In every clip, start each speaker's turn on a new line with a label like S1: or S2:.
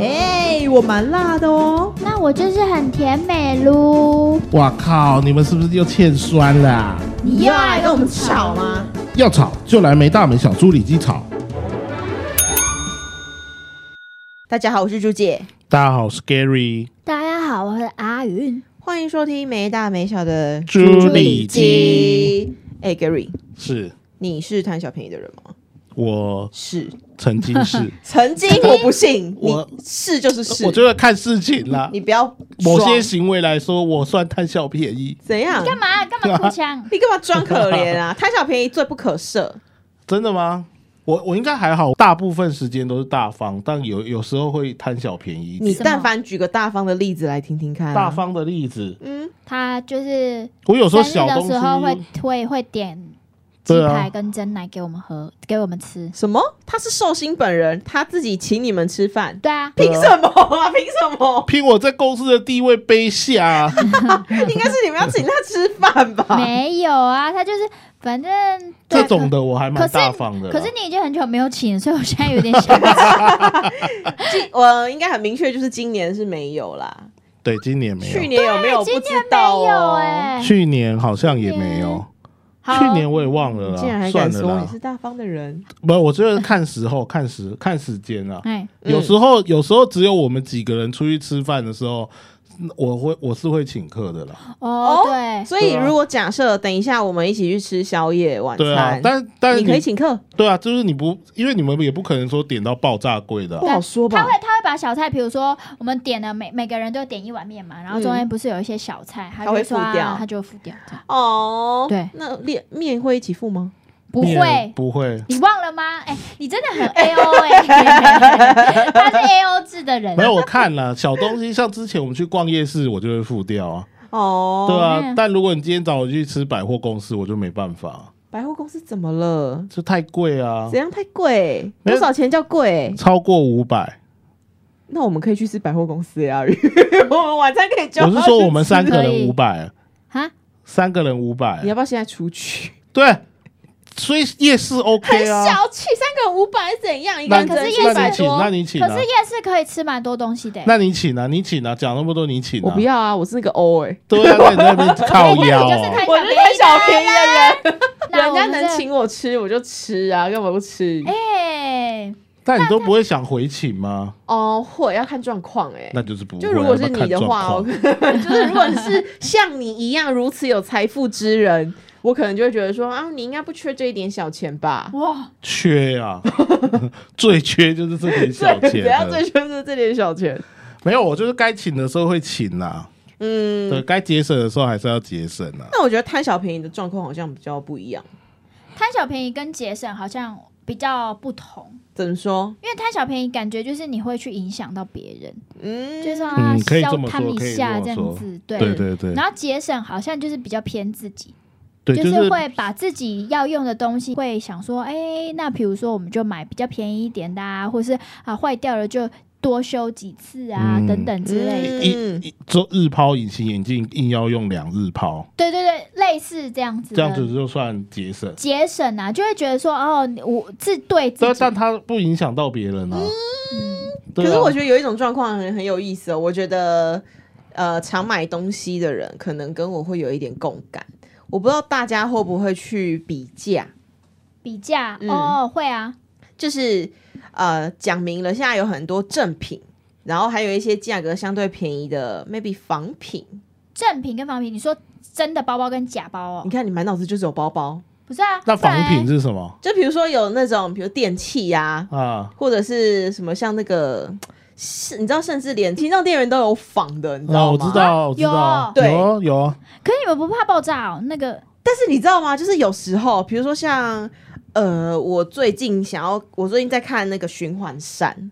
S1: 哎、我蛮辣的哦。
S2: 那我就是很甜美喽。
S3: 哇靠！你们是不是又欠酸啦、
S1: 你又要来跟我们吵吗？
S3: 要吵就来没大门小猪里鸡吵。
S1: 大家好，我是朱姐，
S3: 大家好，我是 Gary。
S2: 大家好，我是阿云。
S1: 欢迎收听没大没小的
S3: 猪里鸡。
S1: 哎、g a r y
S3: 是
S1: 你是贪小便宜的人吗？
S3: 我
S1: 是，
S3: 曾经 是，
S1: 曾经我不信，
S3: 我
S1: 你是就是是，
S3: 我觉得看事情啦
S1: 你。不要
S3: 某些
S1: 装
S3: 行为来说，我算贪小便宜，
S1: 怎样？
S2: 干嘛干嘛哭腔？
S1: 你干嘛装可怜 啊？贪小便宜罪不可赦。
S3: 真的吗？我我应该还好，大部分时间都是大方，但有有时候会贪小便宜一点。
S1: 你
S2: 什么
S1: 但凡举个大方的例子来听听看、啊。
S3: 大，方的例子，
S1: 嗯，
S2: 他就是
S3: 我有
S2: 生
S3: 时候
S2: 日
S3: 小
S2: 的
S3: 东西
S2: 时候会会会点鸡
S3: 对啊
S2: 排跟蒸奶给我们喝，给我们吃。
S1: 什么？他是寿星本人，他自己请你们吃饭，
S2: 对啊，
S3: 对
S1: 凭
S3: 啊
S1: 什么啊？凭什么？
S3: 凭我在公司的地位卑下 啊，
S1: 应该是你们要请他吃饭吧？
S2: 没有啊，他就是反正对
S3: 这种的我还
S2: 可
S3: 蛮
S2: 是
S3: 大方的啦。
S2: 可是你已经很久没有请，所以我现在有点 想不起
S1: 我应该很明确，就是今年是没有啦。
S3: 对今年没有，
S1: 去年有没有不知道
S2: 没有
S1: 哦？
S2: 哎、
S3: 去年好像也没有，
S2: 好
S3: 去年我也忘了
S1: 嗯竟然
S3: 啦，
S1: 还
S3: 啊算
S1: 敢
S3: 了
S1: 说你
S3: 啦
S1: 是。大方的人，
S3: 不，我觉得看时候、 看时、看时间啊。
S2: 哎，
S1: 嗯
S3: 有时候，有时候只有我们几个人出去吃饭的时候，我会我是会请客的啦。
S2: 哦
S1: 哦
S2: 对，
S1: 所以
S3: 对啊
S1: 如果假设等一下我们一起去吃宵夜晚
S3: 对啊
S1: 餐，，
S3: 但但是
S1: 你可以请客，
S3: 对啊，就是你不，因为你们也不可能说点到爆炸贵的啊、
S1: 不好说
S2: 他
S1: 吧
S2: 会？他会把小菜，比如说我们点了每每个人都点一碗面嘛，然后中间不是有一些小菜，他
S1: 他会
S2: 就说
S1: 付
S2: 啊
S1: 掉
S2: 他就会付掉，这样
S1: 哦，
S2: 对
S1: 那面面会一起付吗？
S2: 不
S3: 面
S2: 会。
S3: 不会。
S2: 你忘了吗？哎、你真的很 A O 哎、 他是 A O 制的人
S3: 没，有，我看了 小东西，像之前我们去逛夜市，我就会付掉啊，
S1: 哦，
S3: 对
S2: 那
S3: 啊。但如果你今天找我去吃百货公司，我就没办法，啊
S1: 百货公司怎么了？
S3: 这太贵啊
S1: 怎，样太贵？
S3: 没
S1: 多
S3: 有
S1: 少钱叫贵？
S3: 超过五百。
S1: 那我们可以去吃百货公司呀、 我们晚餐可以 叫。
S3: 我是说我们三个
S2: 可
S3: 人
S2: 以
S3: 五百，
S2: 哈，
S3: 三个人五百
S1: 你，要不要现在出去？
S3: 对，所以夜市 OK 啊。
S1: 气，三个人五百怎样？一
S3: 那
S2: 可是
S1: 只
S2: 夜市
S1: 能
S3: 那你
S1: 700
S3: 请，那你请
S2: 可
S3: 啊
S2: 是，夜市可以吃蛮多东西的、哎
S3: 那你请啊，你请啊，讲那么多你请啊。
S1: 我不。要啊，我是那个 O 哎、
S3: 对啊，那你在那边靠
S2: 那你
S3: 腰
S2: 就是
S3: 啊。
S2: 太
S1: 我是
S2: 小便
S1: 贪
S2: 宜的。
S1: 小便宜的人，
S2: 那
S1: 人
S2: 我
S1: 家
S2: 们这
S1: 能请我吃我就吃啊，干嘛不吃？
S2: 哎、
S3: 但你都不会想回请吗？
S1: 哦，会要看状况哎。
S3: 那就是不会。
S1: 就如果是你的话，
S3: 要
S1: 我
S3: 不要看状 况
S1: 就是如果你是像你一样如此有财富之人，我可能就会觉得说啊，你应该不缺这一点小钱吧？
S2: 哇，
S3: 缺啊， 最缺就是这点小
S1: 对，
S3: 钱
S1: 只要
S3: 了。
S1: 最缺是这点小钱。
S3: 没有，我就是该请的时候会请啦，
S1: 嗯，
S3: 对该节省的时候还是要节省啊。
S1: 那我觉得贪小便宜的状况好像比较不一样。
S2: 贪小便宜跟节省好像比较不同，
S1: 怎么说？
S2: 因为贪小便宜感觉就是你会去影响到别人，
S1: 嗯，
S2: 就是让
S3: 嗯
S2: 他
S3: 可以
S2: 消
S3: 这么
S2: 他们
S3: 说可
S2: 一
S3: 以
S2: 下
S3: 这么
S2: 这样
S3: 说
S2: 子，
S3: 对对对
S2: 然后节省好像就是比较偏自己，
S3: 对，
S2: 就
S3: 就是
S2: 是会把自己要用的东西会想说，哎、那比如说我们就买比较便宜一点的啊，或是啊坏掉了就多修几次啊、
S3: 嗯
S2: 等等之类的。
S1: 嗯
S3: 一一做日抛隐形眼镜，硬要用两日抛，
S2: 对对对，类似这
S1: 啊
S2: 样子的。
S3: 这样子就算节省。
S2: 节省啊，就会觉得说哦，你我自对自
S3: 但
S2: 己，
S3: 但它不影响到别人啊。
S2: 嗯，
S3: 对
S1: 可
S3: 啊
S1: 是我觉得有一种状况很很有意思哦，我觉得呃，常买东西的人可能跟我会有一点共感。我不知道大家会不会去比价，
S2: 比价、
S1: 嗯
S2: 哦，会啊，
S1: 就是呃，讲明了现在有很多正品，然后还有一些价格相对便宜的，maybe 仿品。
S2: 正品跟仿品，你说真的包包跟假包哦
S1: 你，看，你满脑子就只有包包，
S2: 不是啊？
S3: 那仿
S2: 不然
S3: 品是什么
S1: 就比如说有那种，比如电器呀、
S3: 啊？
S1: 或者是什么像那个，是你知道，甚至连听到店员都有仿的，你知
S3: 那
S1: 道
S3: 哦我
S1: 吗？
S3: 知道，我知
S2: 啊
S3: 道，
S1: 有
S3: 有啊有，
S2: 可是你们不怕爆炸哦？那个
S1: 但是你知道吗？就是有时候，比如说像呃，我最近想要，我最近在看那个循环扇，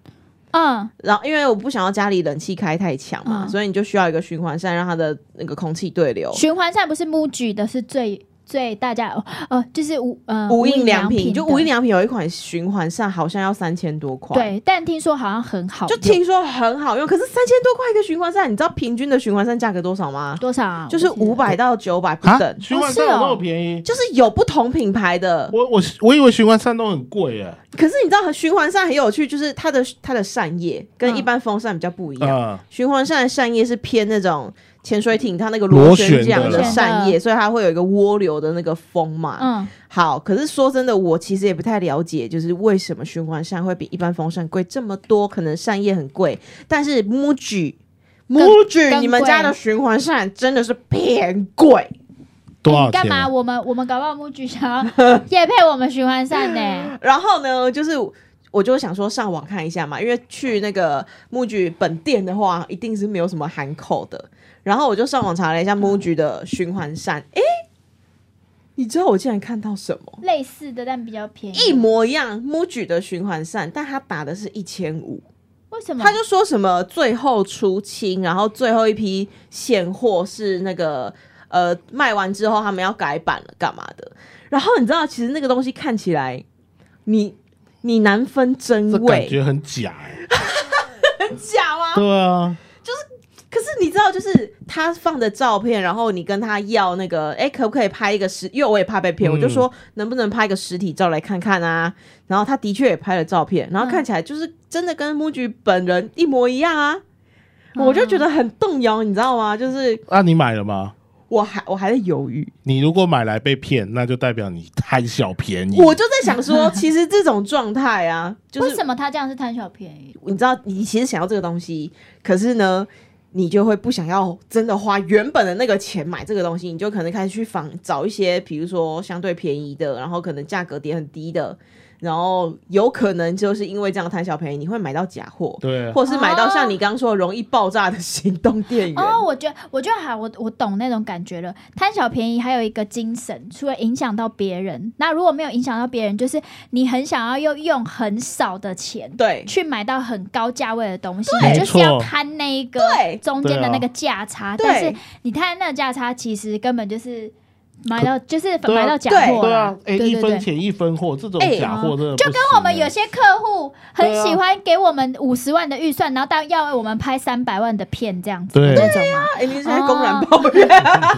S2: 嗯，
S1: 然后因为我不想要家里冷气开太强嘛，
S2: 嗯
S1: 所以你就需要一个循环扇，让它的那个空气对流。
S2: 循环扇不是木举的，是最最大家哦、呃就是无呃
S1: 无印良
S2: 良
S1: 品，就无印
S2: 的
S1: 良品有一款循环扇，好像要三千多块。。
S2: 对，但听说好像很好
S1: 就
S2: 用，
S1: 听说很好用，可是三千多块一个循环扇，你知道平均的循环扇价格多少吗？
S2: 多少、啊？
S1: 就是
S2: 我记得
S1: 五百到九百不
S3: 啊
S1: 等，，
S3: 循环
S2: 哦是
S3: 扇有那么
S2: 哦
S3: 便宜？
S1: 就是有不同品牌的。
S3: 我我我以为循环扇都很贵耶。
S1: 可是你知道循环扇很有趣，就是它的它的扇叶跟一般风扇比较不一样。
S3: 啊，
S1: 循环扇的扇叶是偏那种潜水艇它那个
S3: 螺旋
S1: 旋桨
S3: 的
S1: 的
S3: 啦
S1: 扇叶，所以它会有一个涡流的那个风嘛。
S2: 嗯，
S1: 好，可是说真的，我其实也不太了解，就是为什么循环扇会比一般风扇贵这么多？可能扇叶很贵，但是 MUJI
S2: 更
S1: MUJI 你们
S2: 贵
S1: 家的循环扇真的是偏贵，
S3: 多
S2: 哎
S3: 少
S2: 你干
S3: 钱
S2: 嘛？
S3: 啊？
S2: 我们我们搞不好木剧想要夜配我们循环扇呢、
S1: 然后呢，就是我就想说上网看一下嘛，因为去那个木局本店的话，一定是没有什么含口的。然后我就上网查了一下木局的循环扇，诶，你知道我竟然看到什么？
S2: 类似的但比较便宜。
S1: 一模一样，木局的循环扇，但它打的是一千五，
S2: 为什么？
S1: 他就说什么最后出清，然后最后一批现货是那个呃卖完之后他们要改版了干嘛的？然后你知道，其实那个东西看起来你你难分真
S3: 这感
S1: 伪，
S3: 觉很假哎。
S1: 假吗？
S3: 对啊，
S1: 可是你知道，就是他放的照片，然后你跟他要那个，哎、可不可以拍一个实？因为我也怕被骗，
S3: 嗯
S1: 我就说能不能拍个实体照来看看啊？然后他的确也拍了照片，然后看起来就是真的跟木菊本人一模一样啊。我就觉得很动摇，你知道吗？就是
S3: 那啊你买了吗？
S1: 我还我还在犹豫，
S3: 你如果买来被骗，那就代表你贪小便宜。
S1: 我就在想说，其实这种状态啊，就
S2: 为
S1: 是
S2: 什么他这样是贪小便宜？
S1: 你知道，你其实想要这个东西，可是呢，你就会不想要真的花原本的那个钱买这个东西，你就可能开始去仿找一些，比如说相对便宜的，然后可能价格点很低的，然后有可能就是因为这样贪小便宜，你会买到假货，
S3: 对啊，
S1: 或是买到
S2: 哦
S1: 像你刚刚说的容易爆炸的行动电源。
S2: 哦，我觉得，我觉得好，我我懂那种感觉了。贪小便宜还有一个精神，除了影响到别人，那如果没有影响到别人，就是你很想要用用很少的钱
S1: 对
S2: 去买到很高价位的东西，
S3: 对
S2: 你就是要
S3: 没错
S2: 贪那一个
S1: 对
S2: 中间的那
S3: 对啊
S2: 个价差。
S1: 对
S2: 但是啊你贪那个价差，其实根本就是买到就是
S3: 啊
S2: 买到假
S1: 对
S2: 货
S3: 对
S2: 啦
S3: 啊，哎，
S2: 对
S3: 一
S2: 对
S3: 分
S2: 对。
S3: 钱一分货，这种
S1: 哎
S3: 假货真的
S2: 就
S3: 不
S2: 跟
S3: 行
S2: 我们
S3: 哎
S2: 有些客户很
S3: 对啊
S2: 喜欢给我们五十万的预算，然后到要我们拍三百万的片这样子，
S3: 对
S2: 这种吗？
S1: 哎、你是在
S2: 哦
S1: 公然抱怨？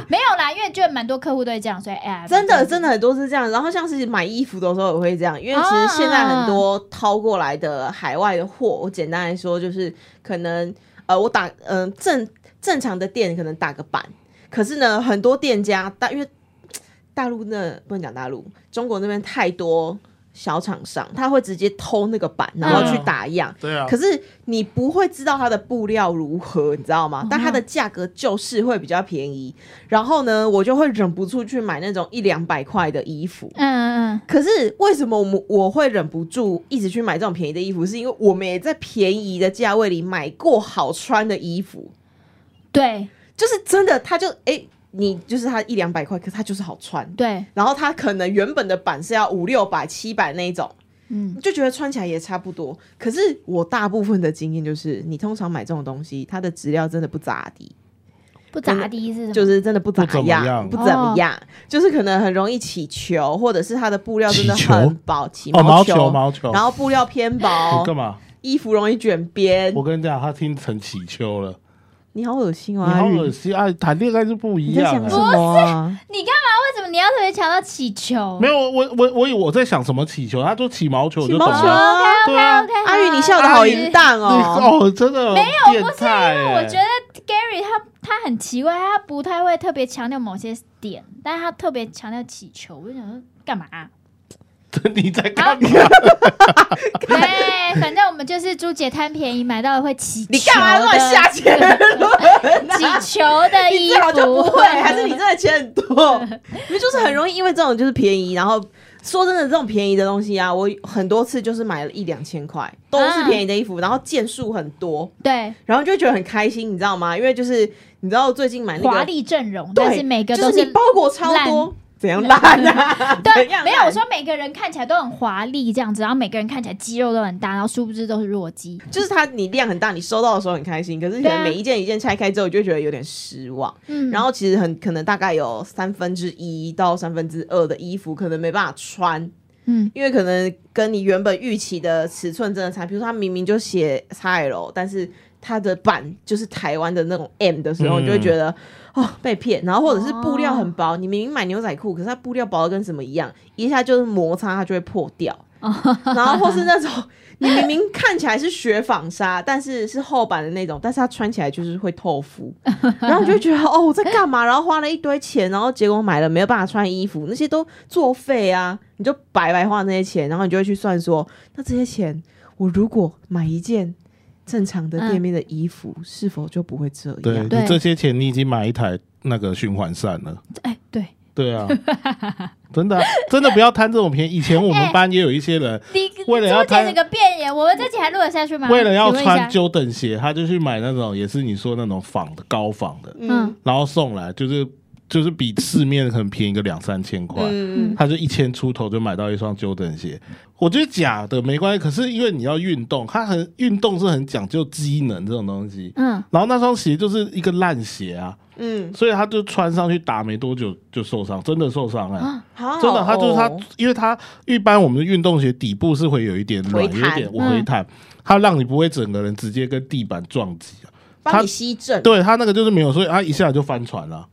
S2: 没有啦，因为就蛮多客户都会这样，所以哎，
S1: 真的真
S2: 的，
S1: 的很多是这样，然后像是买衣服的时候也会这样，因为其实现在很多掏过来的海外的货，我简单来说就是可能呃我打嗯、呃、正正常的店可能打个版，可是呢很多店家大因为嘖大陆那不能讲大陆，中国那边太多小厂商，他会直接偷那个版，然后去打样。
S3: 对啊，
S1: 可是你不会知道它的布料如何，你知道吗
S2: 嗯？
S1: 但它的价格就是会比较便宜。然后呢，我就会忍不住去买那种一两百块的衣服。
S2: 嗯嗯
S1: 可是为什么我们我会忍不住一直去买这种便宜的衣服？是因为我们也在便宜的价位里买过好穿的衣服，
S2: 嗯，对
S1: 就是真的，它就诶，你就是它一两百块，可是它就是好穿。
S2: 对，
S1: 然后它可能原本的版是要五六百、七百那一种，
S2: 嗯，
S1: 就觉得穿起来也差不多。可是我大部分的经验就是，你通常买这种东西，它的质量真的不咋地，
S2: 不咋地是什么？
S1: 就是真的不咋
S3: 不怎么样
S1: 样，不怎么样，就是可能很容易起球，或者是它的布料真的很薄，起
S3: 哦毛
S1: 球，
S3: 球毛球，
S1: 然后布料偏薄
S2: 哦
S3: 你，干嘛？
S1: 衣服容易卷边
S3: 我。跟你讲，他听陈启秋了，
S1: 你好恶心哦，
S3: 你
S1: 阿
S3: 好恶
S1: 玉，
S3: 心啊！谈恋爱就不一
S1: 你在
S3: 样
S1: 想什
S3: 啊。
S1: 么啊？
S2: 你干嘛？为什么你要特别强调起球？
S3: 没有，我我我我以为我在想什么起球，他说起毛球我就
S1: 起
S3: 懂
S1: 毛球
S3: 了。
S1: 啊，
S2: OK
S3: 对啊
S2: OK，好
S1: 阿玉，你笑的好淫。荡
S3: 你
S1: 哦。
S3: 哦，真的没有，不是因
S2: 我觉得 Gary 他他很奇怪，他不太会特别强调某些点，但是他特别强调起球。我就想说干嘛、啊
S3: 得 你在干嘛？
S2: 对，反正我们就是朱姐贪便宜买到了会起球
S1: 你
S2: 的，
S1: 干嘛乱下结论啊？
S2: 起球的
S1: 你
S2: 衣
S1: 最好
S2: 服？
S1: 就不会，还是你真的钱很 多？你们就是很容易因为这种就是便宜，然后说真的，这种便宜的东西啊，我很多次就是买了一两千块，都是便宜的衣服，然后件数很多，
S2: 对
S1: 然后就觉得很开心，你知道吗？因为就是你知道最近买那
S2: 华
S1: 个，
S2: 丽阵容，但是
S1: 对，
S2: 每个
S1: 就
S2: 都
S1: 是你包裹超
S2: 烂
S1: 多，怎样烂啊？
S2: 对
S1: 怎样，烂
S2: 没有我说每个人看起来都很华丽这样子，然后每个人看起来肌肉都很大，然后殊不知都是弱鸡。
S1: 就是它你量很大，你收到的时候很开心，可是可
S2: 对啊
S1: 能每一件一件拆开之后，你就会觉得有点失望。
S2: 嗯，
S1: 然后其实很可能大概有三分之一到三分之二的衣服可能没办法穿，
S2: 嗯，
S1: 因为可能跟你原本预期的尺寸真的差。比如说，它明明就写 XL，但是它的版就是台湾的那种 M 的时候，
S3: 嗯
S1: 你就会觉得哦被骗。然后或者是布料
S2: 哦
S1: 很薄，你明明买牛仔裤，可是它布料薄的跟什么一样，一下就是摩擦它就会破掉。 然后或是那种你明明看起来是雪纺纱，但是是厚版的那种，但是它穿起来就是会透肤，然后你就会觉得哦我在干嘛？然后花了一堆钱，然后结果买了没有办法穿衣服，那些都作废啊！你就白白花那些钱，然后你就会去算说，那这些钱我如果买一件正常的
S2: 嗯
S1: 店面的衣服，是否就不会这样？
S3: 对
S2: 对
S3: 你这些钱，你已经买一台那个循环扇了。
S2: 哎，对，
S3: 对啊，真的啊、真的不要贪这种便宜。以前我们班也有一 些人，
S2: 你
S3: 为了要
S2: 朱姐
S3: 贪
S2: 那个变脸，我们这期还录得下去吗？
S3: 为了要
S2: 请问一下
S3: 穿，纠等鞋，他就去买那种也是你说那种仿的高仿的，
S2: 嗯，
S3: 然后送来就是就是比市面可能便宜个两三千块。
S1: 嗯
S3: 他就一千出头就买到一双 Jordan 鞋，我觉得假的没关系，可是因为你要运动，它很运动是很讲究机能这种东西。
S2: 嗯，
S3: 然后那双鞋就是一个烂鞋啊，
S1: 嗯，
S3: 所以他就穿上去打没多久就受伤，真的受伤哎、
S1: 好好
S3: 真的，他就是他
S1: 啊哦，
S3: 因为他一般我们的运动鞋底部是会有一点软，
S1: 回
S3: 有一
S1: 弹嗯
S3: 点回弹，它让你不会整个人直接跟地板撞击啊。
S1: 帮你吸震，
S3: 对他那个就是没有，所以他一下就翻船了。
S1: 啊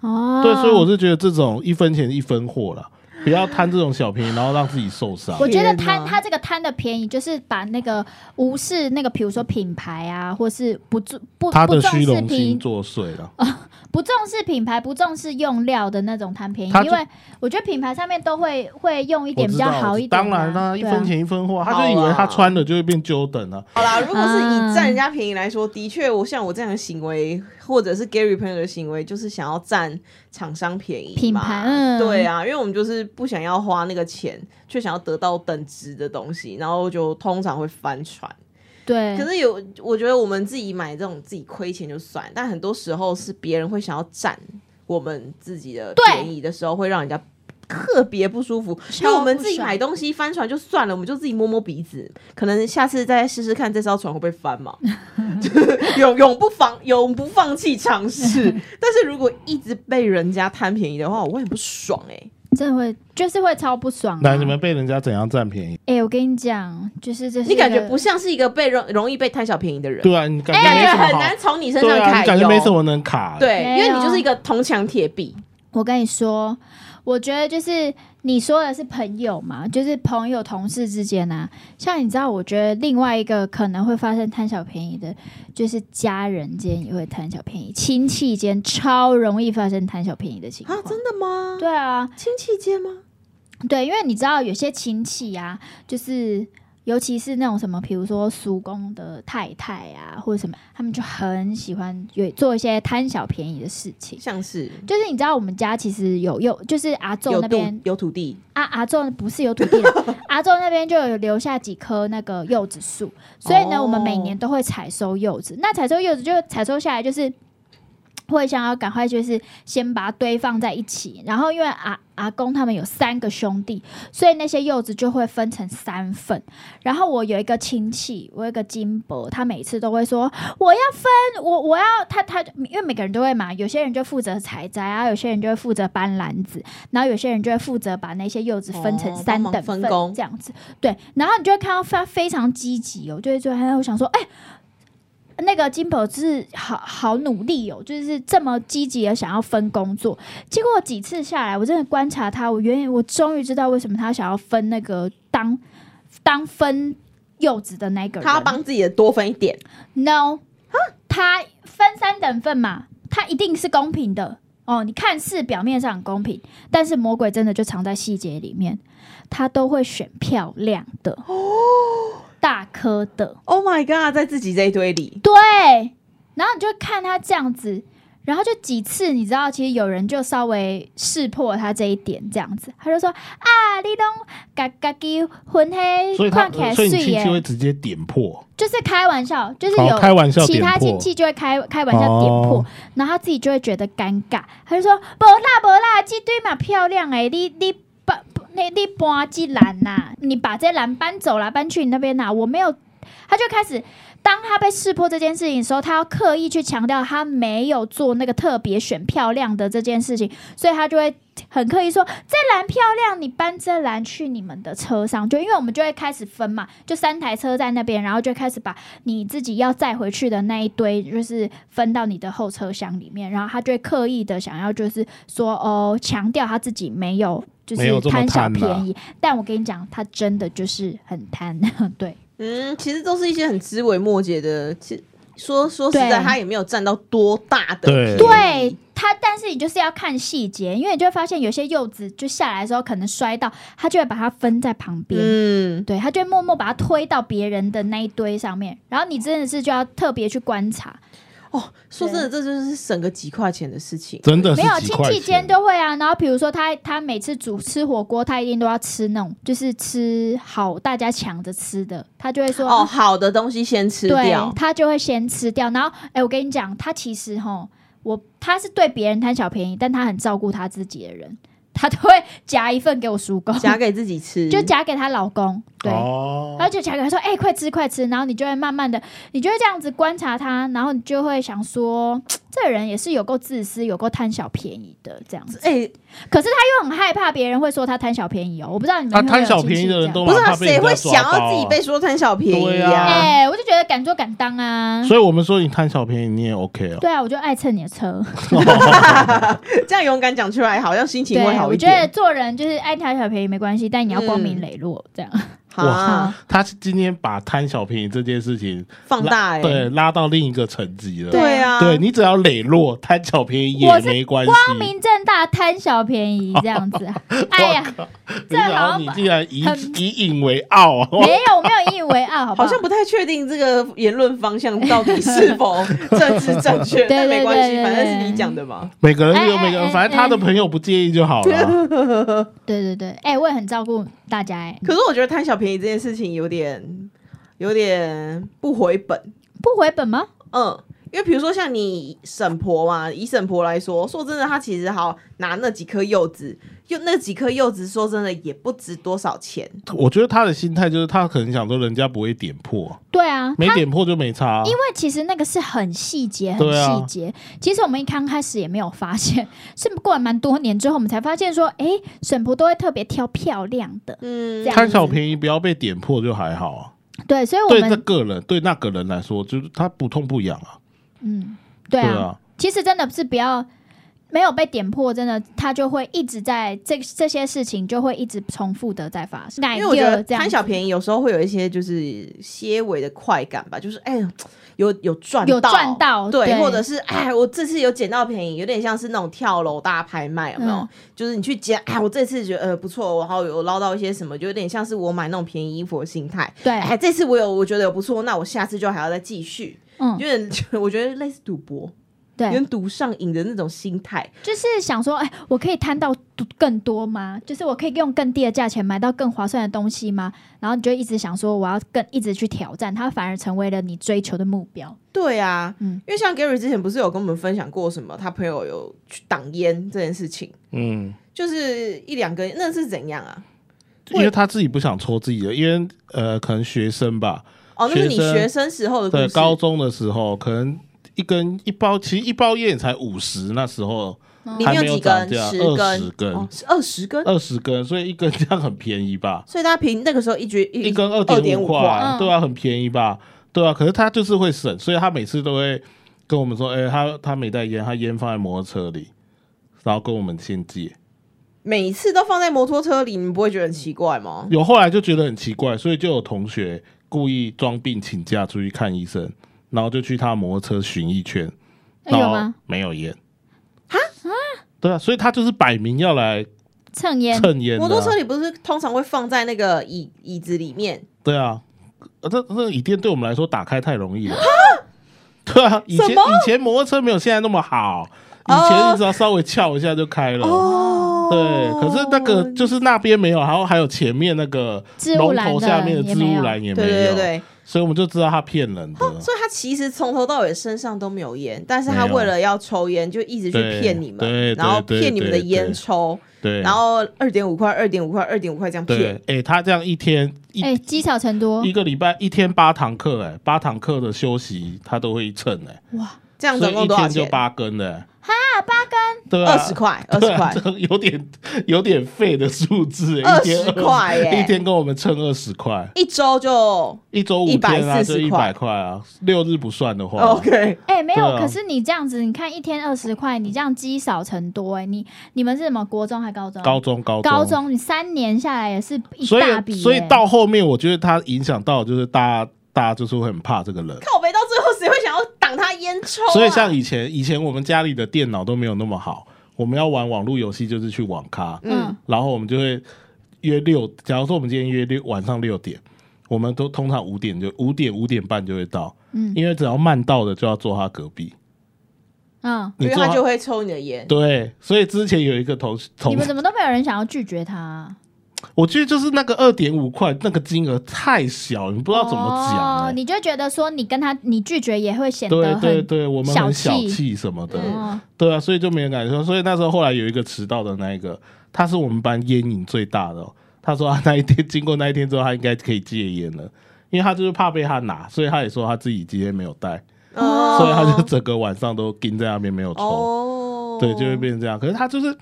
S2: 哦，
S3: 对，所以我是觉得这种一分钱一分货啦，不要贪这种小便宜，然后让自己受伤。
S2: 我觉得
S1: 天
S2: 贪
S1: 哪
S2: 他这个贪的便宜，就是把那个无视那个，比如说品牌啊，或是不注不
S3: 他
S2: 哦不
S3: 的
S2: 重
S3: 虚
S2: 视
S3: 荣心
S2: 品
S3: 作祟啊
S2: 哦
S3: 了，
S2: 不重视品牌，不重视用料的那种贪便宜
S3: 他，就
S2: 因为我觉得品牌上面都会会用一
S3: 我
S2: 点比
S3: 知
S2: 较
S3: 道，
S2: 好
S3: 我
S2: 一
S3: 知
S2: 点、啊。
S3: 当然啦，一
S2: 对啊
S3: 分钱一分货，他
S1: 好
S3: 就以为他
S1: 啦
S3: 穿了就会变 Jordan 啊。
S1: 好啦，如果是以
S2: 啊
S1: 占人家便宜来说，的确，我像我这样的行为，或者是 Gary 朋友的行为，就是想要占厂商便宜嘛
S2: 品牌嗯
S1: 对啊，因为我们就是不想要花那个钱，却想要得到等值的东西，然后就通常会翻船。
S2: 对，
S1: 可是有，我觉得我们自己买这种自己亏钱就算，但很多时候是别人会想要占我们自己的
S2: 对
S1: 便宜的时候，会让人家。特别不舒服，因为我们自己
S2: 超不爽
S1: 买东西翻船就算了，我们就自己摸摸鼻子，可能下次再试试看这艘船会不会翻 嘛，就是永永不放永不放弃尝 试。但是如果一直被人家贪便宜的话，我会很不爽哎、
S2: 真的会就是会超不爽、啊。
S3: 那你们被人家怎样占便宜？
S2: 哎、我跟你讲，就是这是
S1: 你感觉
S2: 一个
S1: 不像是一个被容容易被贪小便宜的人，
S3: 对啊，你感
S2: 哎
S3: 觉
S1: 感
S3: 没
S1: 觉
S3: 什么
S1: 很
S3: 好
S1: 难从你身上
S3: 对啊，
S1: 揩
S3: 你
S1: 油，
S3: 感觉没什么能卡欸。
S1: 对，
S2: 没
S1: 因为
S2: 有
S1: 你就是一个铜墙铁壁。
S2: 我跟你说，我觉得就是你说的是朋友嘛，就是朋友、同事之间啊。像你知道，我觉得另外一个可能会发生贪小便宜的，就是家人间也会贪小便宜，亲戚间超容易发生贪小便宜的情况
S1: 啊，。真的吗？
S2: 对啊，
S1: 亲戚间吗？
S2: 对，因为你知道有些亲戚啊，就是尤其是那种什么，比如说叔公的太太啊，或者什么，他们就很喜欢有做一些贪小便宜的事情。
S1: 像是
S2: 就是你知道我们家其实有有，就是阿昼
S1: 有
S2: 那
S1: 土
S2: 边
S1: 有土地，
S2: 阿阿昼不是有土地的，阿昼那边就有留下几棵那个柚子树，所以呢，
S1: 哦
S2: 我们每年都会采收柚子。那采收柚子就采收下来就是。会想要赶快，就是先把它堆放在一起，然后因为阿阿公他们有三个兄弟，所以那些柚子就会分成三份。然后我有一个亲戚，我有一个金伯，他每次都会说我要分，我我要他他，因为每个人都会嘛，有些人就负责采摘啊，有些人就会负责搬篮子，然后有些人就会负责把那些柚子分成
S1: 哦
S2: 三
S1: 帮忙
S2: 等份、
S1: 分工
S2: 这样子。对，然后你就会看到他非常积极哦，就会觉得哎，我想说哎。那个金宝是好好努力哦，就是这么积极的想要分工作，结果几次下来，我真的观察他，我原我终于知道为什么他想要分那个当当分柚子的那个人。
S1: 他要帮自己的多分一点。
S2: No，他分三等份嘛，他一定是公平的哦。你看似表面上很公平，但是魔鬼真的就藏在细节里面，他都会选漂亮的
S1: 哦
S2: 大颗的。
S1: Oh my god，在自己这一堆里，
S2: 对，然后你就看他这样子，然后就几次，你知道，其实有人就稍微识破他这一点，这样子，他就说啊，你东嘎嘎鸡混黑，
S3: 所以他
S2: 看起来
S3: 所以
S2: 碎
S3: 你亲戚会
S2: 耶，
S3: 直接点破，
S2: 就是开玩笑，就是
S3: 哦
S2: 有
S3: 开玩笑
S2: 其
S3: 点
S2: 他
S3: 破
S2: 亲戚就会开开玩笑点破，
S3: 哦
S2: 然后他自己就会觉得尴尬，他就说不啦不啦，这堆嘛漂亮哎、你你搬那你搬这篮呐、你把这篮搬走啦，搬去你那边呐、我没有，他就开始。当他被识破这件事情的时候，他要刻意去强调他没有做那个特别选漂亮的这件事情，所以他就会很刻意说这篮漂亮，你搬这篮去你们的车上，就因为我们就会开始分嘛，就三台车在那边，然后就开始把你自己要载回去的那一堆，就是分到你的后车厢里面，然后他就会刻意的想要就是说哦，强调他自己没有就
S3: 没
S2: 是
S3: 有这么
S2: 贪小
S3: 贪啦
S2: 便宜，但我跟你讲，他真的就是很 贪，对，
S1: 嗯，其实都是一些很枝微末节的。其说说实在，
S2: 对
S1: 他也没有占到多大的便宜
S3: 对
S2: 对他，但是你就是要看细节，因为你就会发现有些柚子就下来的时候可能摔到，他就会把它分在旁边。
S1: 嗯，
S2: 对他就会默默把它推到别人的那一堆上面，然后你真的是就要特别去观察，
S1: 哦，说真的，这就是省个几块钱的事情。
S3: 真的是
S2: 没有啊
S3: 几
S2: 亲
S3: 块
S2: 戚间
S3: 钱。
S2: 就会啊。然后比如说他他每次煮吃火锅，他一定都要吃那种就是吃好大家抢着吃的，他就会说啊
S1: 哦，好的东西先吃
S2: 对
S1: 掉，。
S2: 他就会先吃掉。然后，哎，我跟你讲，他其实吼，我他是对别人贪小便宜，但他很照顾他自己的人，他都会夹一份给我叔公，
S1: 夹给自己吃，
S2: 就夹给他老公，对。
S3: 哦
S2: 他，就夹给他说：“哎、快吃，快吃！”然后你就会慢慢的，你就会这样子观察他，然后你就会想说，这人也是有够自私，有够贪小便宜的这样子。
S1: 哎、
S2: 可是他又很害怕别人会说他贪小便宜哦。我不知道你们
S3: 他
S2: 有没有
S3: 贪小
S2: 亲戚
S3: 便宜的人
S2: 这样
S3: 都
S1: 不是啊，
S3: 怕被
S1: 谁
S3: 人
S1: 会
S3: 家
S1: 想
S3: 抓包
S1: 要自己被
S3: 啊。
S1: 说贪小便宜
S3: 对
S1: 呀、
S3: 啊
S2: 哎、我就觉得敢做敢当啊。
S3: 所以我们说你贪小便宜，你也 OK 哦。
S2: 对啊，我就爱蹭你的车。
S1: 这样勇敢讲出来，好像心情
S2: 对，
S1: 会好
S2: 我
S1: 一
S2: 觉得
S1: 点。嗯
S2: 做人就是爱贪小便宜没关系，但你要光明磊落，这样
S1: 好啊，
S3: 他今天把贪小便宜这件事情
S1: 放大哎、
S2: 啊
S3: 拉对，拉到另一个层级了。
S2: 对
S1: 啊，
S3: 对你只要磊落，贪小便宜也
S2: 我是
S3: 没关系。
S2: 光明正大贪小便宜这样 子。哎呀，
S3: 没
S2: 这
S3: 想到
S2: 好像
S3: 你竟然以
S2: 很
S3: 以引为傲啊！
S2: 没有，我没有引以为傲，好不
S1: 好像不太确定这个言论方 向到底是否政治正确，但没关系，
S2: 对对对对
S1: 反正是你讲的嘛。
S3: 每个人有
S2: 哎哎
S3: 每个
S2: 哎
S3: 人，反正他的朋友不介意就好了。
S2: 对对对，哎、我也很照顾大家、哎，
S1: 可是我觉得贪小便宜这件事情有点有点不回本，
S2: 不回本吗？
S1: 嗯。因为比如说像你婶婆嘛，以婶婆来说，说真的，她其实好拿那几颗柚子，就那几颗柚子，说真的也不值多少钱。
S3: 我觉得他的心态就是他可能想说人家不会点破，
S2: 对啊，
S3: 没
S2: 他
S3: 点破就没差。啊
S2: 因为其实那个是很细节，很
S3: 对啊
S2: 细节。其实我们一刚开始也没有发现， 是过了蛮多年之后，我们才发现说，哎、沈婆都会特别挑漂亮的。
S1: 嗯，
S2: 这样
S3: 贪小便宜不要被点破就还好啊。
S2: 对，所以我
S3: 对这
S2: 们
S3: 个人对那个人来说，就是他不痛不痒啊。
S2: 嗯，对
S3: 对
S2: 啊，
S3: 啊，
S2: 其实真的是不要没有被点破，真的他就会一直在这这些事情就会一直重复的在发生。
S1: 因为我觉得贪小
S2: 宜
S1: 便宜有时候会有一些就是些微的快感吧，就是哎呦有有赚
S2: 有赚到
S1: 对，
S2: 哦对
S1: 或者是哎我这次有捡到便宜，有点像是那种跳楼大拍卖，有没有？
S2: 嗯
S1: 就是你去捡，哎我这次觉得呃不错，我好有捞到一些什么，就有点像是我买那种便宜衣服的心态。
S2: 对，
S1: 哎，这次我有我觉得有不错，那我下次就还要再继续，
S2: 嗯，
S1: 有点 我觉得类似赌博，有
S2: 对
S1: 点，赌上瘾的那种心态。
S2: 就是想说，哎，我可以贪到更多吗？就是我可以用更低的价钱买到更划算的东西吗？然后你就一直想说，我要更一直去挑战，它反而成为了你追求的目标。
S1: 对啊，
S2: 嗯
S1: 因为像 Gary 之前不是有跟我们分享过什么，他朋友有去挡烟这件事情。
S3: 嗯，
S1: 就是一两根，那是怎样啊？
S3: 因为他自己不想抽自己的，因为呃，可能学生吧，
S1: 哦，那是你
S3: 学生
S1: 学生时候的故
S3: 对
S1: 事。
S3: 高中的时候，可能一根一包，其实一包烟也才五十，那时候
S1: 里
S3: 还
S1: 面
S3: 没
S1: 有几
S3: 涨
S1: 根？
S3: 价，
S1: 十
S3: 二十
S1: 根？
S3: 根
S1: 哦，，是二十根。
S3: 二十根，所以一根这样很便宜吧？
S1: 所以他平那个时候一局
S3: 一根二
S1: 点
S3: 点五
S1: 块，
S2: 嗯
S3: 块，对啊，很便宜吧？对啊，可是他就是会省，所以他每次都会跟我们说，哎、他他没带烟，他烟放在摩托车里，然后跟我们先借。
S1: 每次都放在摩托车里，你们不会觉得很奇怪吗？
S3: 有后来就觉得很奇怪，所以就有同学故意装病请假出去看医生，然后就去他摩托车巡一圈，
S2: 哎
S3: 然
S2: 有
S3: 后
S2: 吗？
S3: 没有烟。对啊，所以他就是摆明要来
S2: 蹭烟，
S3: 蹭烟、啊。
S1: 摩托车里不是通常会放在那个椅椅子里面？
S3: 对啊，呃这这椅垫对我们来说打开太容易了。对啊，以前
S1: 什么
S3: 以前摩托车没有现在那么好，以
S2: 哦
S3: 前你只要稍微翘一下就开了。
S1: 哦，
S3: 对，可是那个就是那边没有，然后还有前面那个
S2: 置物
S3: 龙
S2: 篮
S3: 头
S2: 的
S3: 下面的
S2: 也
S3: 置
S2: 没
S3: 物
S2: 有
S3: 篮也没
S1: 对
S3: 有，
S1: 对对对，哦
S3: 所以我们就知道他骗人的。
S1: 所以他其实从头到尾身上都没有烟，但是他
S3: 没有
S1: 为了要抽烟，就一直去骗你
S3: 对对
S1: 们，然后
S3: 对对
S1: 骗你们的
S3: 对对
S1: 烟抽，
S3: 对，
S1: 然后二点五块、二点五块、二点五块这样
S3: 对
S1: 骗。，
S3: 哎、他这样一天一、
S2: 哎，积少成多
S3: 一，个礼拜一天八堂课，哎，八堂课的休息他都会称，哎，
S1: 这样总
S3: 所以
S1: 共
S3: 一
S1: 多少
S3: 天就
S1: 钱？
S3: 八根的，哈，八根，对啊，
S1: 二十块，二十
S3: 对啊
S1: 块，
S3: 这 有点有点废的数字，哎一天
S1: 20块耶
S3: 一天跟我们称二十块，
S1: 一周就
S3: 一周五天啊，
S1: 140
S3: 就一百
S1: 块哦
S3: 块啊，六日不算的话
S1: OK。
S2: 哎，没
S3: 对
S2: 有。
S3: 啊
S2: 可是你这样子，你看一天二十块，你这样积少成多，哎，你你们是什么国中还高中？
S3: 高中高中
S2: 高中，你三年下来也是一
S3: 所
S2: 大
S3: 以
S2: 笔，
S3: 所以
S2: 哎
S3: 到后面，我觉得他影响到就是大家大家就是会很怕这个人。
S1: 靠北到最后，谁会想要挡他烟抽啊？
S3: 所以像以前以前我们家里的电脑都没有那么好，我们要玩网络游戏就是去网咖，
S2: 嗯，
S3: 然后我们就会约六，假如说我们今天约六晚上六点。我们都通常五点就五点五点半就会到，
S2: 嗯
S3: 因为只要慢到的就要坐他隔壁，
S2: 嗯，
S1: 因
S3: 你
S1: 为
S3: 坐
S1: 他就会抽你的烟。
S3: 对，所以之前有一个同同
S2: 你们怎么都没有人想要拒绝他啊？
S3: 我觉得就是那个二点五块那个金额太小，你不
S2: 不
S3: 知道怎么讲、欸
S2: 哦，你就觉得说你跟他你拒绝也会显
S3: 对
S2: 得
S3: 对
S2: 很
S3: 对，我们很小气什么的，
S1: 嗯
S2: 哦
S3: 对啊，所以就没人敢说。所以那时候后来有一个迟到的那一个，他是我们班烟瘾最大的、哦。他说 他那一天经过那一天之后，他应该可以戒烟了，因为他就是怕被他拿，所以他也说他自己今天没有带，
S1: 哦
S3: 所以他就整个晚上都盯在那边没有抽。
S1: 哦，
S3: 对，就会变成这样。可是他就是，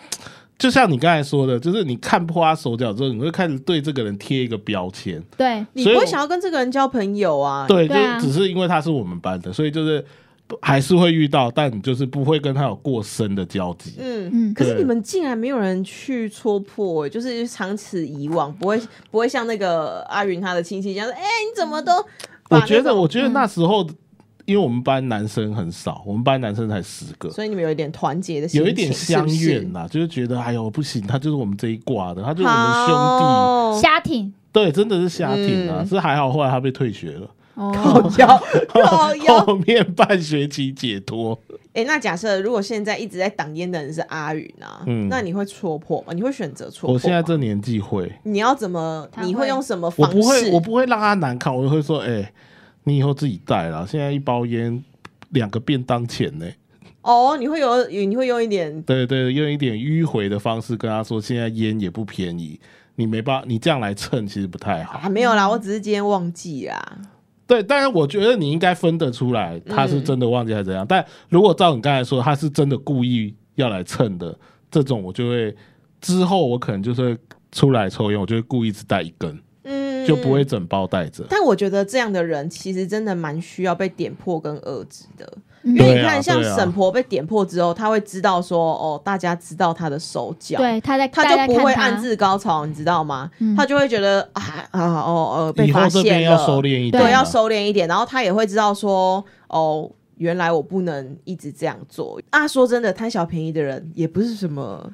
S3: 就像你刚才说的，就是你看破他手脚之后，你会开始对这个人贴一个标签。
S2: 对，
S1: 你
S3: 所以
S1: 不会
S3: 我
S1: 想要跟这个人交朋友啊？
S3: 对，就
S2: 对啊
S3: 是只是因为他是我们班的，所以就是不还是会遇到，但你就是不会跟他有过深的交集。
S1: 嗯。
S2: 嗯，
S1: 可是
S3: 对
S1: 你们竟然没有人去戳破、欸就是长此以往，不会不会像那个阿云他的亲戚一样说，哎、你怎么都
S2: 嗯
S1: 把
S3: 我
S1: 那
S3: 觉得，
S1: 种嗯
S3: 我觉得那时候，因为我们班男生很少，我们班男生才十个，
S1: 所以你们有一点团结的心
S3: 有
S1: 情，
S3: 一点相
S1: 是
S3: 怨
S1: 不是
S3: 呐、就是觉得哎呦不行，他就是我们这一挂的，他就是我们兄弟，
S2: 瞎挺
S3: 对，真的是瞎挺啊。
S1: 嗯
S3: 是还好，后来他被退学了，
S2: 哦，
S1: 好靠腰
S3: 后面半学期解脱。
S1: 哎、那假设如果现在一直在挡烟的人是阿云啊，
S3: 嗯
S1: 那你会戳破吗？你会选择戳破吗？
S3: 我现在这年纪会，
S1: 你要怎么？
S2: 他会
S1: 你会用什么方
S3: 我
S1: 式？
S3: 不会，我不会让他难看，我会说，哎、你以后自己带啦，现在一包烟两个便当钱呢、
S1: 哦，你会有，你会用一点
S3: 对对，用一点迂回的方式跟他说，现在烟也不便宜，你没办法，你这样来蹭其实不太好。
S1: 啊？没有啦，我只是今天忘记啦。
S3: 对，但是我觉得你应该分得出来，他
S1: 嗯
S3: 是真的忘记还是怎样。但如果照你刚才说，他是真的故意要来蹭的，这种我就会之后我可能就是会出来抽烟，我就会故意只带一根，
S1: 嗯，
S3: 就不会。整包带着。
S1: 但我觉得这样的人其实真的蛮需要被点破跟遏制的，
S2: 嗯
S1: 因为
S3: 对
S1: 你
S3: 啊
S1: 看，像
S3: 对啊
S1: 沈婆被点破之后，她会知道说，哦，大家知道她的手脚，
S2: 对，他在
S1: 他
S2: 大家
S1: 就不
S2: 看
S1: 会
S2: 他
S1: 暗自高潮，你知道吗？
S2: 嗯
S1: 他就会觉得啊啊哦哦被
S3: 以后
S1: 发
S3: 这
S1: 现
S3: 边
S1: 了，
S3: 要收敛一点啊，
S1: 对，要收敛一点，然后他也会知道说，哦，原来我不能一直这样做啊。说真的，贪小便宜的人也不是什么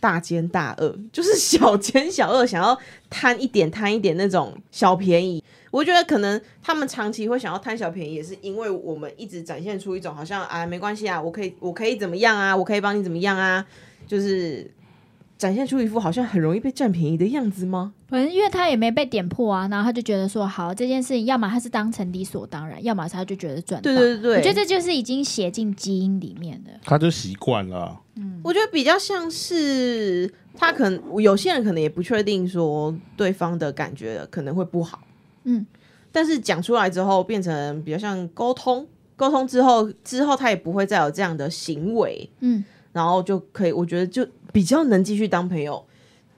S1: 大奸大恶，就是小奸小恶，想要贪一点贪一点那种小便宜。我觉得可能他们长期会想要贪小便宜，也是因为我们一直展现出一种好像啊没关系啊，我可以我可以怎么样啊，我可以帮你怎么样啊，就是展现出一副好像很容易被占便宜的样子吗？
S2: 反正因为他也没被点破啊，然后他就觉得说，好这件事情，要么他是当成理所当然，要么他就觉得赚到。
S1: 对对对对，
S2: 我觉得这就是已经写进基因里面的。
S3: 他就习惯了啊。
S1: 我觉得比较像是他可能有些人可能也不确定说对方的感觉可能会不好，
S2: 嗯，
S1: 但是讲出来之后变成比较像沟通，沟通之后之后他也不会再有这样的行为，
S2: 嗯，
S1: 然后就可以我觉得就比较能继续当朋友，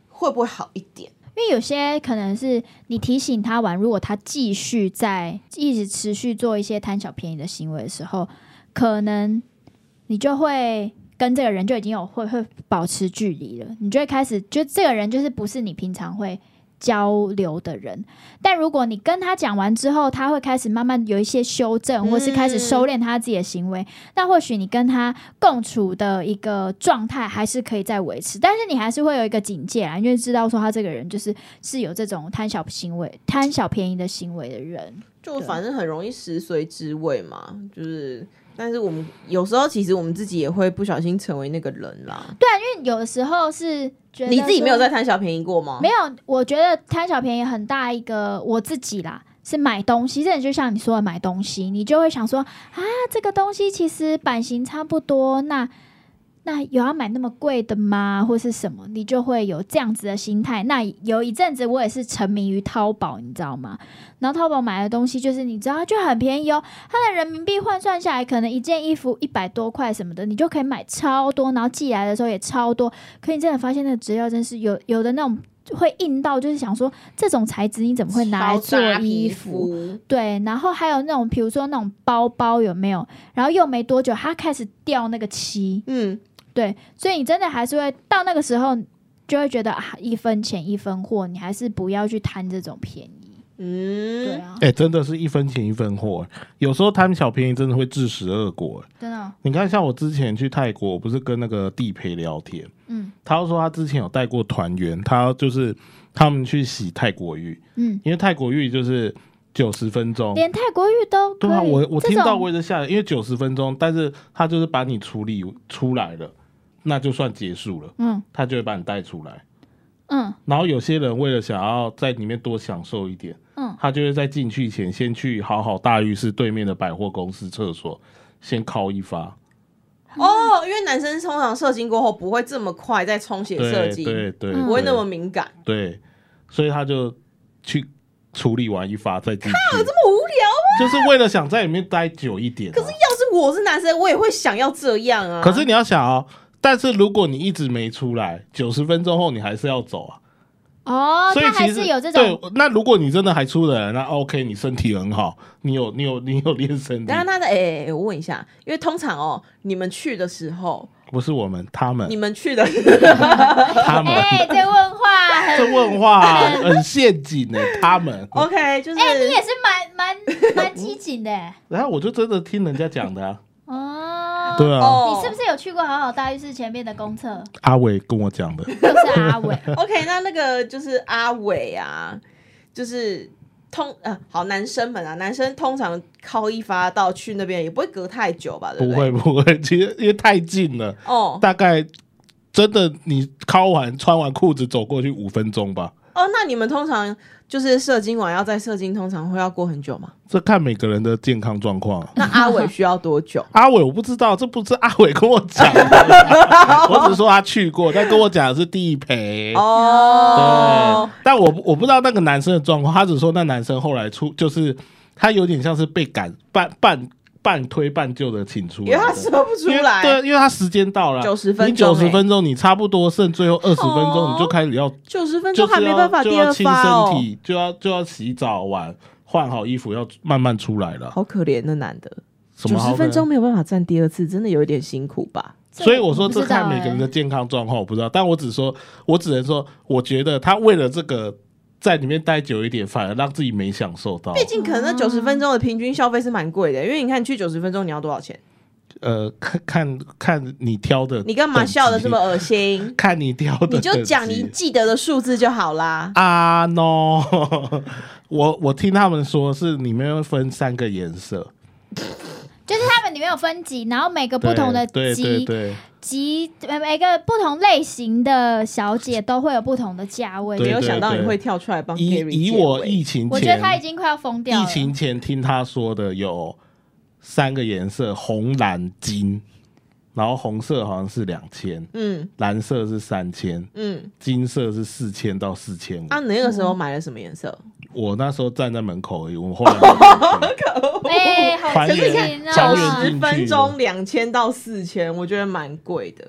S1: 会不会好一点？
S2: 因为有些可能是你提醒他玩，如果他继续在一直持续做一些贪小便宜的行为的时候，可能你就会跟这个人就已经有会会保持距离了，你就会开始就这个人就是不是你平常会交流的人。但如果你跟他讲完之后，他会开始慢慢有一些修
S1: 嗯
S2: 正，或是开始收敛他自己的行为，那或许你跟他共处的一个状态还是可以再维持，但是你还是会有一个警戒啊啦，因为知道说他这个人就是是有这种贪小行为、贪小便宜的行为的人。
S1: 就反正很容易食髓知味嘛，就是但是我们有时候其实我们自己也会不小心成为那个人啦。
S2: 对啊，因为有的时候是觉得
S1: 你自己没有
S2: 说
S1: 在贪小便宜过吗？
S2: 没有，我觉得贪小便宜很大一个我自己啦，是买东西，真的就像你说的买东西，你就会想说啊，这个东西其实版型差不多，那那有要买那么贵的吗，或是什么？你就会有这样子的心态。那有一阵子我也是沉迷于淘宝，你知道吗？然后淘宝买的东西就是你知道就很便宜哦，它的人民币换算下来，可能一件衣服一百多块什么的，你就可以买超多，然后寄来的时候也超多。可你真的发现那个质料真是有有的那种会硬到，就是想说这种材质你怎么会拿来做
S1: 超大
S2: 衣
S1: 皮
S2: 服？，对，然后还有那种，比如说那种包包有没有？然后用没多久，它开始掉那个漆，
S1: 嗯，
S2: 对，所以你真的还是会到那个时候，就会觉得啊，一分钱一分货，你还是不要去贪这种便宜。
S1: 嗯，
S2: 对啊，
S3: 哎、真的是一分钱一分货，有时候贪小便宜真的会致食恶果。
S2: 真的哦，
S3: 你看，像我之前去泰国，我不是跟那个地陪聊天，
S2: 嗯
S3: 他就说他之前有带过团员，他就是他们去洗泰国浴，
S2: 嗯，
S3: 因为泰国浴就是九十分钟。
S2: 连泰国浴都可
S3: 对
S2: 以。
S3: 啊，我我
S2: 这
S3: 听到
S2: 种
S3: 我也是吓了，因为九十分钟，但是他就是把你处理出来了，那就算结束了，
S2: 嗯
S3: 他就会把你带出来。
S2: 嗯
S3: 然后有些人为了想要在里面多享受一点，
S2: 嗯，
S3: 他就会在进去前先去好好大浴室对面的百货公司厕所先敲一发，
S1: 哦，因为男生通常射精过后不会这么快再充血射
S3: 对
S1: 精，
S3: 对对，
S2: 嗯
S1: 不会那么敏感，
S3: 对，所以他就去处理完一发再进去，
S1: 这么无聊。
S3: 就是为了想在里面待久一点啊、可是
S1: 要是我是男生，我也会想要这样啊。
S3: 可是你要想哦，但是如果你一直没出来，九十分钟后你还是要走啊。
S2: 哦，
S3: 所以
S2: 他还
S3: 其实
S2: 是有这种，
S3: 对，那如果你真的还出人，那 OK，你身体很好，你有你有你有练身体
S1: 当，然他的哎、我问一下，因为通常哦，你们去的时候，
S3: 不是我们他们
S1: 你们去的，
S3: 他们。
S2: 哎，这问话 很，
S3: 这问话啊很陷阱呢、他们，
S1: OK，就是、
S2: 哎，你也是蛮蛮 蛮机警的
S3: 然后我就真的听人家讲的、啊，
S2: 哦。
S3: 对啊，
S1: 哦，
S2: 你是不是有去过好好大浴室前面的公 厕？
S3: 阿伟跟我讲的，
S2: 就是阿伟，
S1: OK，那那个就是阿伟啊，就是通呃，好男生们啊，男生通常靠一发到去那边也不会隔太久吧，对
S3: 不
S1: 不对？
S3: 会不会，其实因为太近了，
S1: 哦
S3: 大概真的你敲完穿完裤子走过去五分钟吧，
S1: 哦，那你们通常就是射精完要再射精，通常会要过很久 吗？
S3: 这看每个人的健康状况啊、
S1: 那阿伟需要多
S3: ？
S1: 久
S3: 阿伟我不知道，这不是阿伟跟我 讲的，我只说他去过，但跟我讲的是地陪。
S1: 哦
S3: 对，，但我不我不知道那个男生的状况，他只说那男生后来出，就是他有点像是被赶半半半推半就的请出
S1: 因为他
S3: 来的。
S1: 射不出
S3: 因为
S1: 来，
S3: 对，因为他时间到了，
S1: 90分钟
S3: 你九十
S1: 欸哦
S3: 分钟，你差不多剩最后二十分钟，你就开始要，
S1: 九十分
S3: 就
S1: 钟
S3: 是要
S1: 还没办法
S3: 就
S1: 第
S3: 要
S1: 二
S3: 清
S1: 发哦
S3: 身，体，就要就要洗澡完，换好衣服，要慢慢出来了。
S1: 好可怜的男的，
S3: 什
S1: 九
S3: 么好
S1: 十
S3: 可能
S1: 分钟？没有办法站第二次，真的有一点辛苦吧？
S3: 所以我说这看每个人
S1: 欸
S2: 不知道哎
S3: 的健康状况，我不知道，但我只说，我只能说，我觉得他为了这个在里面待久一点，反而让自己没享受到。
S1: 毕竟可能那九十分钟的平均消费是蛮贵的，因为你看你去九十分钟你要多少钱？
S3: 呃，看看看你挑的等级，？
S1: 你干嘛笑的这么恶心
S3: 看你挑的等级，
S1: 你就讲你记得的数字就好啦。
S3: 啊 no，我我听他们说是里面会分三个颜色，
S2: 就是他们里面有分级，然后每个不
S3: 对
S2: 同的
S3: 对对
S2: 级
S3: 对
S2: 级，呃每个不同类型的小姐都会有不同的价位。
S1: 没
S3: 对
S1: 有想到你会跳出来帮
S3: 以
S1: Gary
S3: 以
S1: 解围
S3: 我疫情
S2: 我觉得她已
S3: 前
S2: 经快要疯掉了。
S3: 疫情前听他说的有三个颜色，红蓝金，然后红色好像是两千，
S1: 嗯
S3: 蓝色是三千，
S1: 嗯，
S3: 金色是四千到四千五。
S1: 啊，你那个时候买了什么颜色？
S3: 我那时候站在门口而已，我后来没 有进去。
S2: 哎， 好
S3: 还
S2: 激
S3: 原
S2: 情
S3: 还
S1: 九
S3: 原
S2: 哦！
S1: 十分钟两千到四千，我觉得蛮贵的。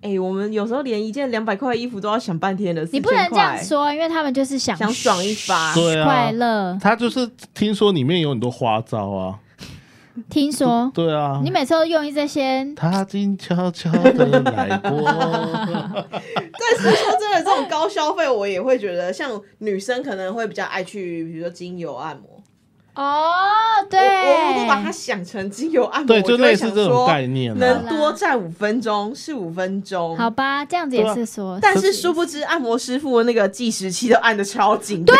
S1: 哎、我们有时候连一件两百块的衣服都要想半天的，
S2: 你不能
S1: 4000
S2: 这
S1: 块
S2: 样说，因为他们就是想
S1: 想爽一发
S3: 对啊
S2: 快乐。
S3: 他就是听说里面有很多花招啊，
S2: 听说
S3: 对啊
S2: 你，每次都用这些，
S3: 他静悄悄的来 过，
S1: 但是说真的，这种高消费我也会觉得，像女生可能会比较爱去，比如说精油按摩。
S2: 哦，对，
S1: 我我如果把它想成精油按摩，
S3: 对，
S1: 我就
S3: 就
S1: 会
S3: 类似
S1: 想
S3: 这种
S1: 说
S3: 概念
S1: 能
S3: 啊。
S1: 多站五分钟是五分钟。
S2: 好吧，这样子也是说，
S1: 啊但是殊不知按摩师傅那个计时器都按的超紧。对，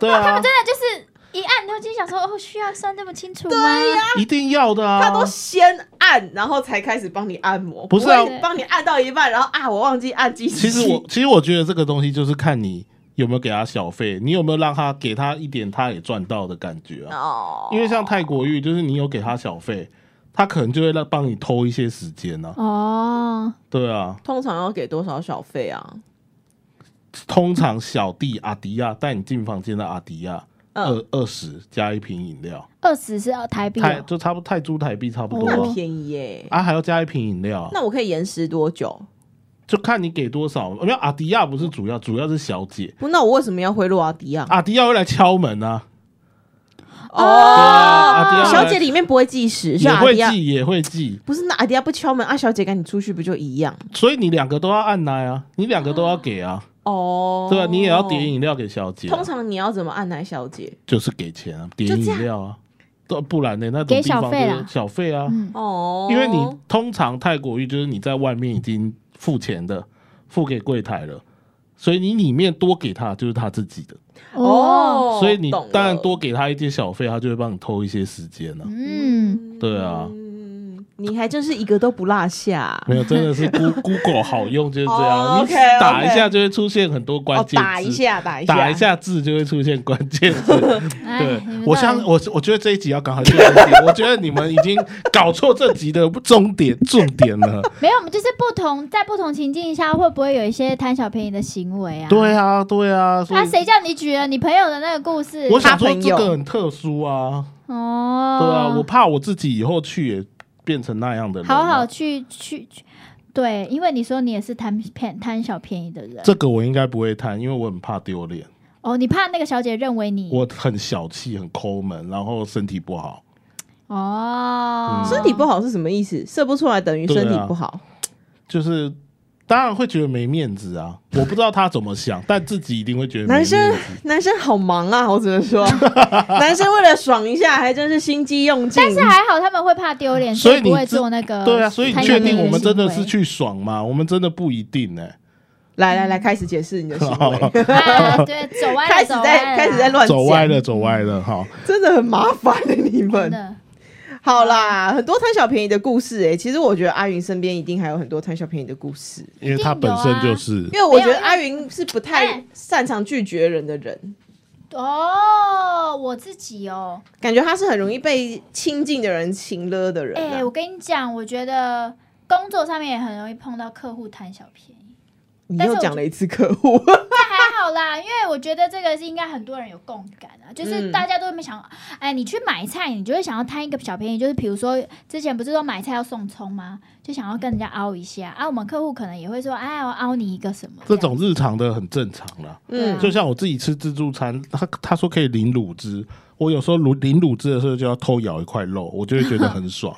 S3: 对啊，
S2: 真的就是一按都心想说哦，需要算这么清楚吗？对呀、
S3: 一定要的啊！
S1: 他都先按，然后才开始帮你按摩，
S3: 不是啊
S1: 会帮你按到一半，然后啊，我忘记按机器。
S3: 其实我其实我觉得这个东西就是看你有没有给他小费，你有没有让他给他一点他也赚到的感觉啊？
S1: 哦，
S3: 因为像泰国浴，就是你有给他小费，他可能就会让帮你偷一些时间呢、啊。
S2: 哦，
S3: 对啊，
S1: 通常要给多少小费啊？
S3: 通常小弟阿迪亚带你进房间的阿迪亚，
S1: 嗯，
S3: 二二十加一瓶饮料，
S2: 二十是台币、
S3: 泰
S2: 哦，
S3: 就差不多泰铢台币差不多
S1: 那
S3: 啊、
S1: 很便宜耶。
S3: 啊，还要加一瓶饮料啊，
S1: 那我可以延时多久？
S3: 就看你给多少。没有阿迪亚不是主要，主要是小姐，
S1: 不，那我为什么要贿赂阿迪亚？
S3: 阿迪亚会来敲门啊，阿迪亚
S1: 哦，
S3: 会来
S1: 小姐里面不会计时，是
S3: 啊也
S1: 阿
S3: 会
S1: 迪亚
S3: 记也会记，
S1: 不是那阿迪亚不敲门，啊，小姐赶紧出去不就一样？
S3: 所以你两个都要按奶啊，你两个都要给啊，
S1: 哦，
S3: 对啊，你也要点饮料给小姐啊、
S1: 通常你要怎么按奶小姐？
S3: 就是给钱啊，点
S1: 就这样
S3: 饮料啊，都不然呢那种
S2: 给
S3: 地方
S2: 小费啦
S3: 就是小费啊，
S2: 嗯，
S1: 哦，
S3: 因为你通常泰国浴就是你在外面已经付钱的，付给柜台了。所以你里面多给他就是他自己的，
S2: 哦，
S3: 所以你
S1: 懂了
S3: 当然多给他一些小费，他就会帮你偷一些时间啊了、
S2: 嗯，
S3: 对啊
S1: 嗯，你还真是一个都不落下。
S3: 没有，真的是 Goo- Google 好用就是这
S1: 哦
S3: 样，你
S1: OK，OK
S3: 打一下就会出现很多关
S1: 哦，
S3: 键字，
S1: 打一下，打一下，
S3: 打一。下字就会出现关键字。
S2: 哎
S3: 对
S2: 你们，
S3: 我
S2: 到底
S3: 相我我觉得这一集要赶快去更 新，我觉得你们已经搞错这集的重点重点 了。
S2: 没有，我们就是不同，在不同情境下会不会有一些贪小便宜的行为啊？
S3: 对啊，对啊，所以
S2: 啊，谁叫你举了你朋友的那个故事？
S3: 我想说
S1: 他朋
S3: 这
S1: 友
S3: 个很特殊啊，
S2: 哦，
S3: 对啊，我怕我自己以后去也变成那样的人啊。
S2: 好好去去去，对，因为你说你也是贪便贪小便宜的人
S3: 这个我应该不会贪，因为我很怕丢脸，
S2: 哦，你怕那个小姐认为你
S3: 我很小气，很抠门，然后身体不好。嗯
S2: 哦，
S1: 身体不好是什么意思？射不出来等于
S3: 啊
S1: 身体不好。
S3: 就是当然会觉得没面子啊，我不知道他怎么想，但自己一定会觉得没面
S1: 男
S3: 子。
S1: 生男生好忙啊，我只能 说，男生为了爽一下，还真是心机用尽。
S2: 但是还好他们会怕丢脸，
S3: 嗯所以
S2: 以不
S3: 你
S2: 会
S3: 知
S2: 做那个
S3: 对啊，所以你
S2: 贪
S3: 确
S2: 小便
S3: 定
S2: 宜
S3: 我们真的是
S2: 行为
S3: 去爽吗？我们真的不一定欸呢、
S1: 来来来，开始解释你的 行 为，
S2: 啊，对，走歪了，
S1: 开始
S2: 哎
S1: 在
S2: 走歪了
S1: 开始在乱
S3: 走歪
S1: 讲，
S3: 了，走歪了哈。
S1: 真的很麻烦的你
S2: 真
S1: 们。
S2: 的
S1: 好啦，很多贪小便宜的故事哎，其实我觉得阿云身边一定还有很多贪小便宜的故事，
S3: 因为他本身就是
S1: 因为我觉
S2: 没
S1: 得
S2: 有
S1: 阿云是不太
S2: 哎
S1: 擅长拒绝人的人，
S2: 哦，我自己哦，
S1: 感觉他是很容易被亲近的人情勒的人
S2: 哎、
S1: 啊。
S2: 我跟你讲，我觉得工作上面也很容易碰到客户贪小便宜，
S1: 你
S2: 但是
S1: 又
S2: 我
S1: 讲了一次客户，
S2: 但还好啦，因为我觉得这个是应该很多人有共感啊，就是
S1: 嗯
S2: 大家都会想，哎、你去买菜，你就会想要贪一个小便宜，就是比如说之前不是说买菜要送葱吗？就想要跟人家凹一下啊，我们客户可能也会说，哎，我凹你一个什么
S3: 这
S2: 样
S3: 种日常的很正常啦。
S2: 对
S1: 嗯
S2: 啊，
S3: 就像我自己吃自助餐，他他说可以淋卤汁，我有时候卤淋卤汁的时候就要偷咬一块肉，我就会觉得 很爽。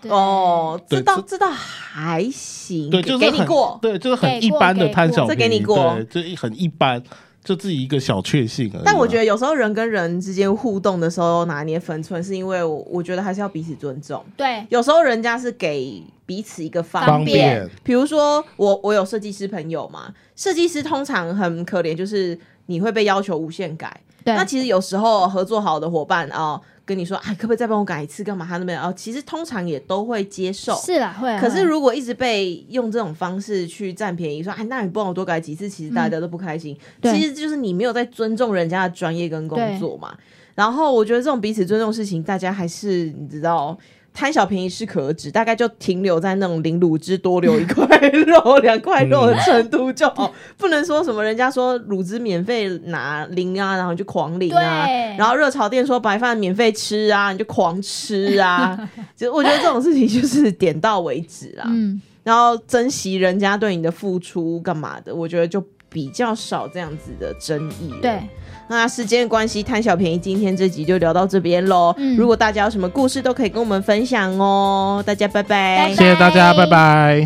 S2: 对
S1: 哦，
S3: 对
S1: 这倒
S3: 这
S1: 这倒还行，
S3: 对，
S1: 给
S3: 就是
S1: 给你
S3: 很
S1: 过，
S3: 对，就是很一般的贪小
S1: 给过
S3: 便宜，
S1: 给过
S3: 对，就一很一般，就自己一个小确幸而已啊。
S1: 但我觉得有时候人跟人之间互动的时候拿捏分寸，是因为我我觉得还是要彼此尊重。
S2: 对，
S1: 有时候人家是给彼此一个方
S3: 方
S2: 便
S3: 便，
S1: 比如说我我有设计师朋友嘛，设计师通常很可怜，就是你会被要求无限改。
S2: 对
S1: 那其实有时候合作好的伙伴啊、哦跟你说，哎，可不可以再帮我改一次？干嘛他那边哦，其实通常也都会接受。
S2: 是啦，会啊。
S1: 可
S2: 会
S1: 是
S2: 啊
S1: 如果一直被用这种方式去占便宜，说哎，那你帮我多改几次，其实大家都不开心。
S2: 嗯对
S1: 其实就是你没有在尊重人家的专业跟工
S2: 对
S1: 作嘛。然后我觉得这种彼此尊重的事情，大家还是你知道。贪小便宜适可而止，大概就停留在那种零卤汁多留一块肉、两块肉的程度就 好，不能说什么人家说卤汁免费拿零啊，然后你就狂领啊，
S2: 对
S1: 然后热炒店说白饭免费吃啊，你就狂吃 啊，就我觉得这种事情就是点到为止啦，
S2: 嗯，
S1: 然后珍惜人家对你的付出干嘛的，我觉得就比较少这样子的争议。
S2: 对，，
S1: 那时间关系，贪小便宜，今天这集就聊到这边喽。
S2: 嗯
S1: 如果大家有什么故事，都可以跟我们分享哦。大家拜拜
S2: 拜
S3: 谢谢大家，拜拜